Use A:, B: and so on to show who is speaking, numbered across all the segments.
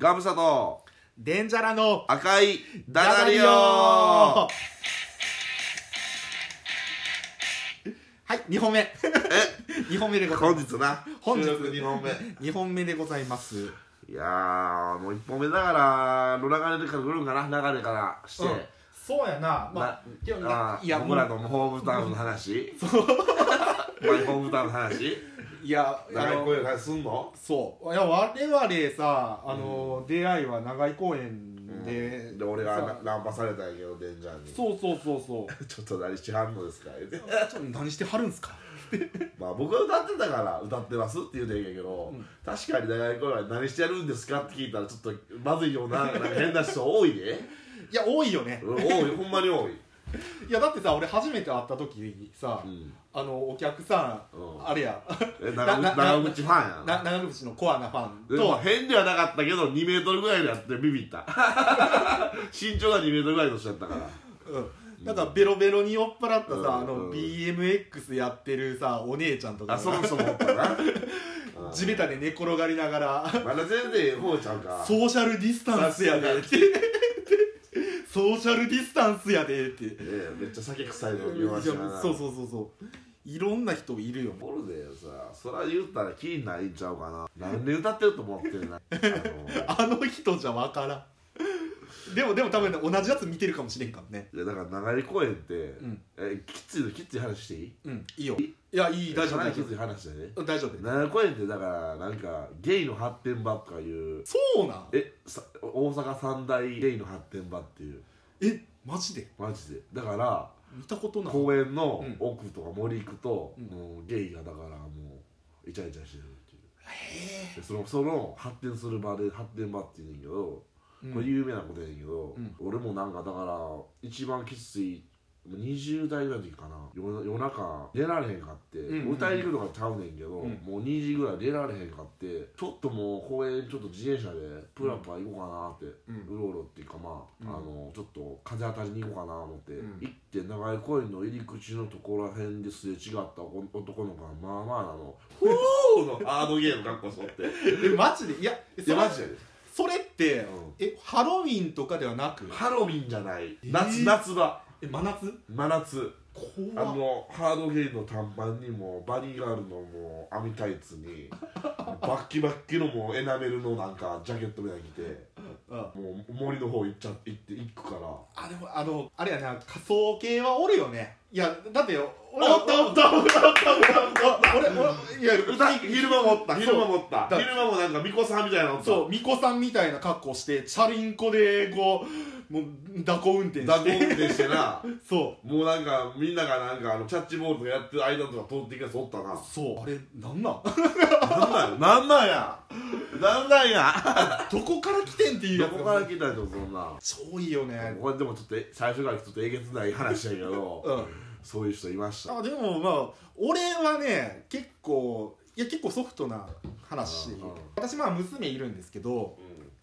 A: ガムサと
B: デンジャラの
A: 赤いダダリオ
B: はい2本目2本目でござい
A: 本
B: ます
A: 日な
B: 本日
A: 収録2本目
B: 2本目でございます
A: いやーもう1本目だからの流れでから来るんかな流れからして、
B: うんそうやなまあ
A: な
B: でも
A: あ
B: ない
A: ー
B: や
A: 僕らのホームタウンの話 マイホームタウンの話
B: いやあ
A: 長い
B: の
A: 声の話すんの
B: そういや我々さあの、出会いは長井公園で、
A: で俺が
B: さ
A: なナンパされたんやけどデンジャーに
B: そうそうそ うそう
A: ちょっと何しはんのですか言うて
B: ちょっと何してはるんすか
A: まあ僕は歌ってたから歌ってますって言うてんやけど、
B: うん
A: 確かに長い声は何してやるんですかって聞いたらちょっとまずいようななんか変な人多いで、
B: いや多いよね
A: うん多いほんまに多い、
B: いやだってさ俺初めて会った時にさ、
A: うん
B: あのお客さん、
A: うん
B: あれや
A: え
B: な
A: 長
B: な
A: 長渕ファンやな
B: な長渕のコアなファン
A: でも
B: と
A: 変ではなかったけど2メートルぐらいになってビビった 身長が2メートルぐらいの人だったから
B: うん、なんかベロベロに酔っ払ったさ、
A: うん
B: あ
A: う
B: の
A: ん
B: BMX やってるさお姉ちゃんと か
A: あそもそもおった なうん
B: 地べたで寝転がりながら
A: まだ全然ええ方ちゃうか
B: ソーシャルディスタンスやでってソーシャルディスタンスやでってい
A: ええめっちゃ酒臭いの言わ
B: や
A: んしな
B: そうそうそうそういろんな人いるよ
A: ボルでさそら言ったら気にないんちゃうかな何で歌ってると思ってる なあの
B: あの人じゃわからんでもでも多分ね同じやつ見てるかもしれんからね
A: いやだから流れ公園って、
B: ん
A: えきついのきつい話していい
B: うんいいよいやいい大丈夫
A: かな
B: 大
A: り
B: 丈
A: きつい話だよね
B: 夫大丈夫
A: 流れ公園ってだからなんかゲイの発展場とかいう
B: そうなん
A: えさ大阪三大ゲイの発展場っていう
B: えマジで
A: マジでだから
B: 見たことない
A: 公園の
B: うん
A: 奥とか森行くと、
B: うん
A: もうゲイがだからもうイチャイチャしてるっていう
B: へ
A: でそのその発展する場で発展場って言うねんけど、
B: え
A: これ有名なことやねんけど、
B: うん
A: 俺もなんかだから一番きつい20代ぐらいの時かな夜夜中寝られへんかって、
B: うんうん
A: 歌いに行くのがちゃうねんけど、
B: うん
A: もう2時ぐらい寝られへんかってちょっともう公園ちょっと自転車でプラプラ行こうかなって、
B: う
A: うんろうろっていうかまあ、
B: うん
A: あのちょっと風当たりに行こうかな思って、
B: うん
A: 行って長い公園の入り口のところらへんですれ違った男男の子がまあまああ の「フォー!」のアードゲーム格好しとってい
B: えマジでいやえそ
A: やマ
B: れ
A: ジやで
B: それって、
A: うん
B: えハロウィンとかではなく
A: ハロウィンじゃない
B: ー
A: 夏夏場
B: え真夏
A: 真夏あ
B: 怖っ
A: のハードゲイの短パンにもバニーガールのもう網タイツに バッキバッキのもうエナメルのなんかジャケットみたいに着て
B: うん
A: もう森の方行っちゃ行って行くから
B: あでもあのあれやな仮想系はおるよねいやだってよ俺
A: おっとおっとおっとおっと
B: 俺俺いや
A: 歌昼間持った昼間持った
B: だ
A: 昼間もなんか巫女さんみたいなの
B: そう巫女さんみたいな格好してチャリンコでこうもう蛇行運転
A: 蛇
B: し
A: 行運
B: て
A: 転してな
B: そ
A: もうなんかみんながなんかあのキャッチボールとかやってる間とか通っていくやつおったな
B: うそうあれなんなん
A: なんなんやなんなんやなんなんや
B: どこから来てんっていう
A: ど
B: やつ
A: こか
B: が
A: ら来たんでしょそんな
B: 超いいよね
A: これでもちょっとえ最初からちょっとえげつない話やけど、
B: うん
A: そういう人いました
B: あでもまあ俺はね結構いや結構ソフトな
A: う
B: 話
A: んうん
B: 私まあ娘いるんですけど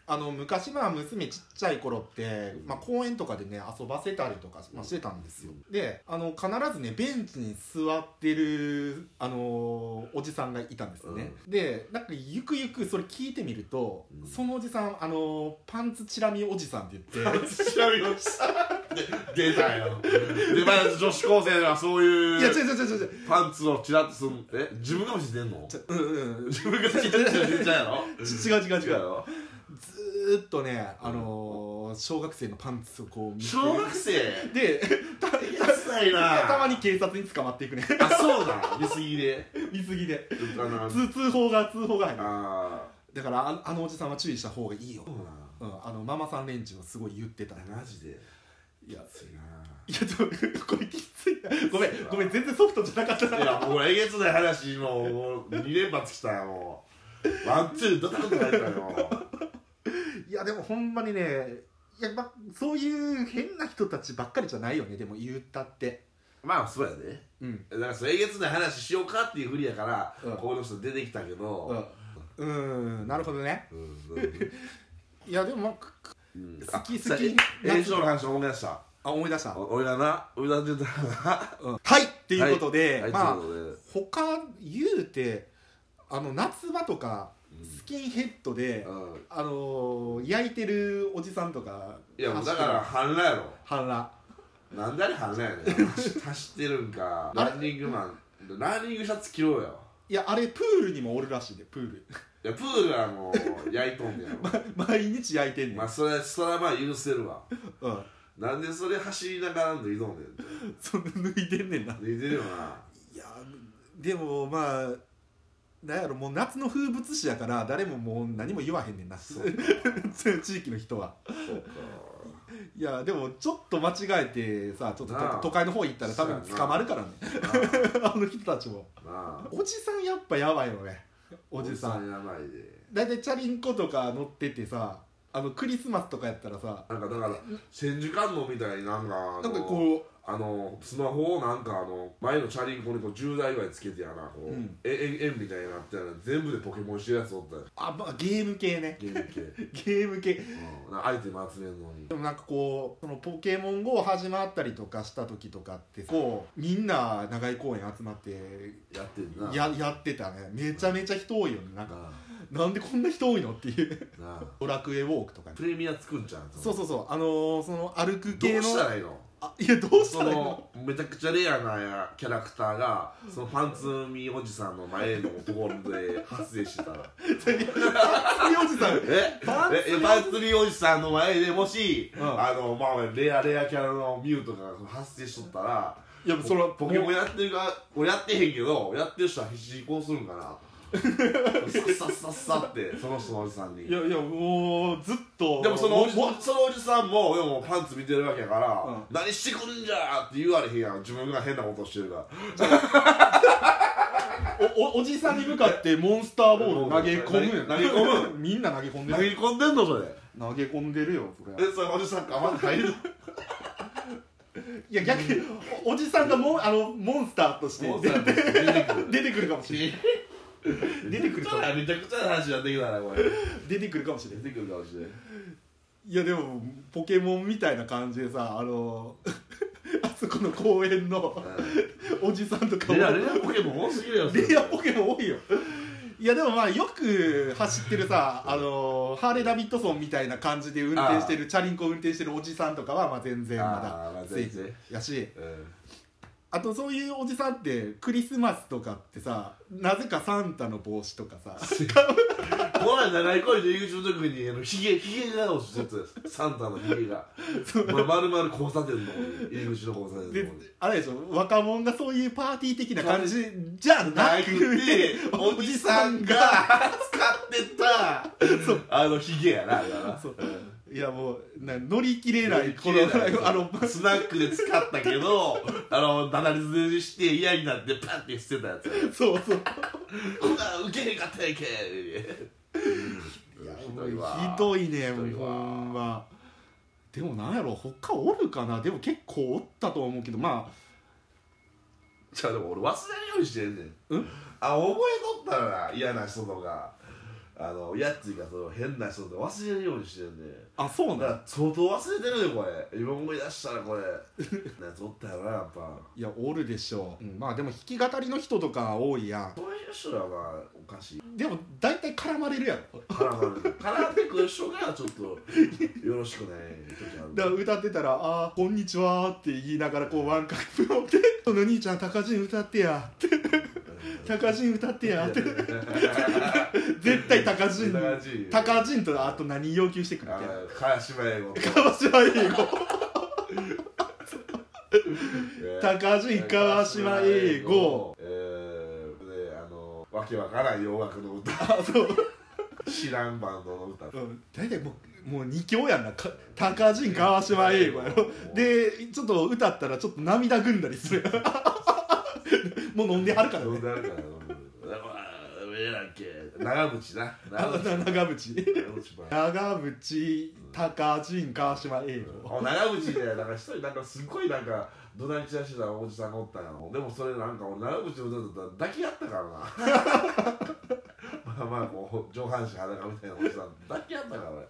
B: あの昔まあ娘ちっちゃい頃って、まあ、公園とかでね遊ばせたりとか、まあ、してたんですよであの必ずねベンチに座ってるあのおじさんがいたんですね、でなんかゆくゆくそれ聞いてみると、
A: うん
B: そのおじさんあのパンツチラ見おじさんって言 って
A: あいつ調べましたで出たよでまだ女子高生がそう
B: いや違う
A: いう
B: 違う違う違う
A: パンツをチラッとすんえ自分がもし出んの
B: ちょうんうん
A: 自分がチラッと出ちゃうやろ
B: ち違う違う違う
A: 違うやろ
B: ずーっとね、あのー、小学生のパンツをこう見て
A: 小学生
B: でた
A: いやさいな
B: たまに警察に捕まっていくね
A: あそうだ見過ぎで
B: 見過ぎで
A: あの
B: 通通報が通報が入る
A: あ
B: だからああのおじさんは注意した方がいいよ
A: ー、そう
B: うん、あのママさん連中はすごい言ってたい
A: だマジで
B: や
A: ついない
B: やちょこれきついなごめんごめん全然ソフトじゃなかった
A: い
B: な
A: やもうえげつない話もうもう2連発きたよもうワンツードタンと入ったよ
B: いやでもほんまにねいや、ま、そういう変な人たちばっかりじゃないよねでも言ったって
A: まあそうやね
B: うん
A: だからそうえげつない話しようかっていうふりやから、
B: うん
A: こういう人出てきたけ
B: う
A: ど
B: ん、うん、なるほどね
A: うんうん
B: いやでもまあ
A: うん
B: 好き
A: あ
B: 好き
A: 炎症の話思い出した
B: あ思い出した
A: お俺らな俺ら出たら
B: うんはいっていうことで、
A: な
B: まあ
A: あいつのね
B: 他言うてあの夏場とか
A: う
B: スキンヘッドで、
A: うん
B: あのー焼いてるおじさんとか
A: いやもうだから反乱やろ
B: 半裸
A: なんであれ反乱やねん走走ってるんか
B: あれ
A: ランニングマンランニングシャツ着ろよ
B: いやあれプールにもおるらしいでプール
A: いやプールはもう焼いとんねやろ
B: 毎日焼いてんねん、
A: まあそれそれはまあ許せるわ
B: うん、
A: なんでそれ走りながら脱いどんねんって
B: そんな脱いでんねんな
A: 脱いでるよない
B: やでもまあなんやろもう夏の風物詩やから誰ももう何も言わへんねんな
A: そ
B: そうう
A: か
B: 地域の人は
A: そうか
B: いやでもちょっと間違えてさちょっとと
A: なあ
B: 都会の方行ったら多分捕まるからね あの人たちも
A: なあ なあ
B: おじさんやっぱやばいよねおじさん
A: やばいで
B: 大体チャリンコとか乗っててさあのクリスマスとかやったらさ
A: なんかだから千手観音みたいになんかあの
B: なんかこ
A: あのスマホをなんかあの前のチャリンコにこう10台ぐらいつけてやなこう、
B: うん
A: ええ円みたいになってたら全部でポケモンしてるやつおったよ
B: うあ、まあ、ゲーム系ね
A: ゲーム系、うん
B: ゲーム系
A: なんかアイテム集めるのに
B: でもなんかこうそのポケモン GO 始まったりとかした時とかってこうみんな長井公園集まって
A: やってんな
B: ややってたねめちゃめちゃ人多いよねなんか
A: な
B: なんでこんな人多いのっていう
A: あなあ
B: ドラクエウォークとかね
A: プレミアつくんじゃん
B: そうそうそうあのー、その歩く
A: ど
B: 系
A: う
B: の
A: したらいいの
B: あいやどうし
A: そ
B: たらいいの
A: のめちゃくちゃレアなやキャラクターがそのパンツ見おじさんの前のところで発生してた ら
B: パンツおじさん
A: え
B: パンツ見おじ
A: ええパンツ見おじさんの前でもし、
B: うん
A: あのまあレアレアキャラのミュウとかが発生しとったら
B: いやそれは
A: ポケモンやってるが俺やってへんけどやってる人は必死にこうするんか なさっさっさっさってその人のおじさんに
B: いやいやもうずっと
A: でもそのおじ
B: もう
A: そのおじさんもでもパンツ見てるわけやから、
B: うん
A: 何してくんじゃーって言われへんやん自分が変なことしてるから
B: おおおじさんに向かってモンスターボールを投げ込む
A: 投げ込
B: むみんな投げ込んで
A: 投げ
B: る
A: 込んでんのそれ
B: 投げ込んでるよそ
A: えそれおじさんかまだ入る
B: いや逆におおじさんがモンあのモンスターとして
A: もうさ出てくる
B: 出てくるかもしれない出てくるかも
A: めちゃくちゃな話やってきたなこれ
B: 出てくるかもしれ
A: 出
B: ない
A: てくるかもしれない
B: いやでもポケモンみたいな感じでさあの あそこの公園のおじさんとかも
A: レアレアポケモン多すぎるよ
B: レアポケモン多いよいやでもまあよく走ってるさあのーハーレー・ダビッドソンみたいな感じで運転してるチャリンコ運転してるおじさんとかはまあ全然
A: あー
B: ま
A: まあ
B: だ
A: 全然
B: やし
A: うん
B: あとそういうおじさんってクリスマスとかってさなぜかサンタの帽子とかさ
A: この前長い恋の入り口の時にあのヒゲヒゲが落ちとったやつサンタのヒゲ がまるまる交差点の方に入り口の交差点
B: で
A: の方に
B: あれでしょ若者がそういうパーティー的な感じじゃな
A: な
B: く
A: く
B: て
A: ておじさんが使ってたあのヒゲやなあれはな
B: そういやもうな乗り切れないこ
A: この
B: の
A: あ
B: あの
A: のスナックで使ったけどあのだなりずりして嫌になってパンって捨てたやつ
B: そうそう
A: こんなんウケへんかったやんけ
B: いや
A: ひ
B: ひ
A: ど
B: ど
A: い
B: い
A: わ
B: ね
A: ひ
B: もう
A: どい
B: ほ
A: わ
B: んまでもなんやろ他おるかなでも結構おったと思うけどまあ
A: じゃあでも俺忘れるようにしてんねん
B: ん
A: あ覚えとったらな嫌な人とかあのやつがその変な人とか忘れるようにしてんねん
B: あそうなん
A: だから相当忘れてるねこれ今思い出したらこれなぞったよなやっぱ
B: いやおるでしょう、うんまあでも弾き語りの人とか多いや
A: そういう人らはおかしい
B: んでも大体絡まれるやろ
A: 絡まる絡んでくる人がちょっとよろしくない時ある
B: だから歌ってたら「あーこんにちは」って言いながらこうワンカップ持って「その兄ちゃん高人歌ってや」って「高人歌ってや」って絶対高人
A: 高人
B: 高人とあと何要求してくるっけ
A: あ川島英語
B: 川島英語高人川島英語
A: えー、であのわけわからん洋楽の歌
B: あそう、
A: 知らんバンドの歌
B: うん、大体もうもう二強やんなか高人川島英語やろでちょっと歌ったらちょっと涙ぐんだりする もう飲んではるから
A: どう
B: ね
A: なるかなうわええなんけ長渕な
B: あ
A: 長渕
B: の長渕
A: 長渕バン
B: 長渕高人川島英語
A: ドあ長渕でなんか一人なんかすごいなんかどなり散らしてたおじさんがおったんやろでもそれなんか俺長渕の歌だったら抱き合ったからな まあまあこう上半身裸みたいなおじさん抱き合ったから俺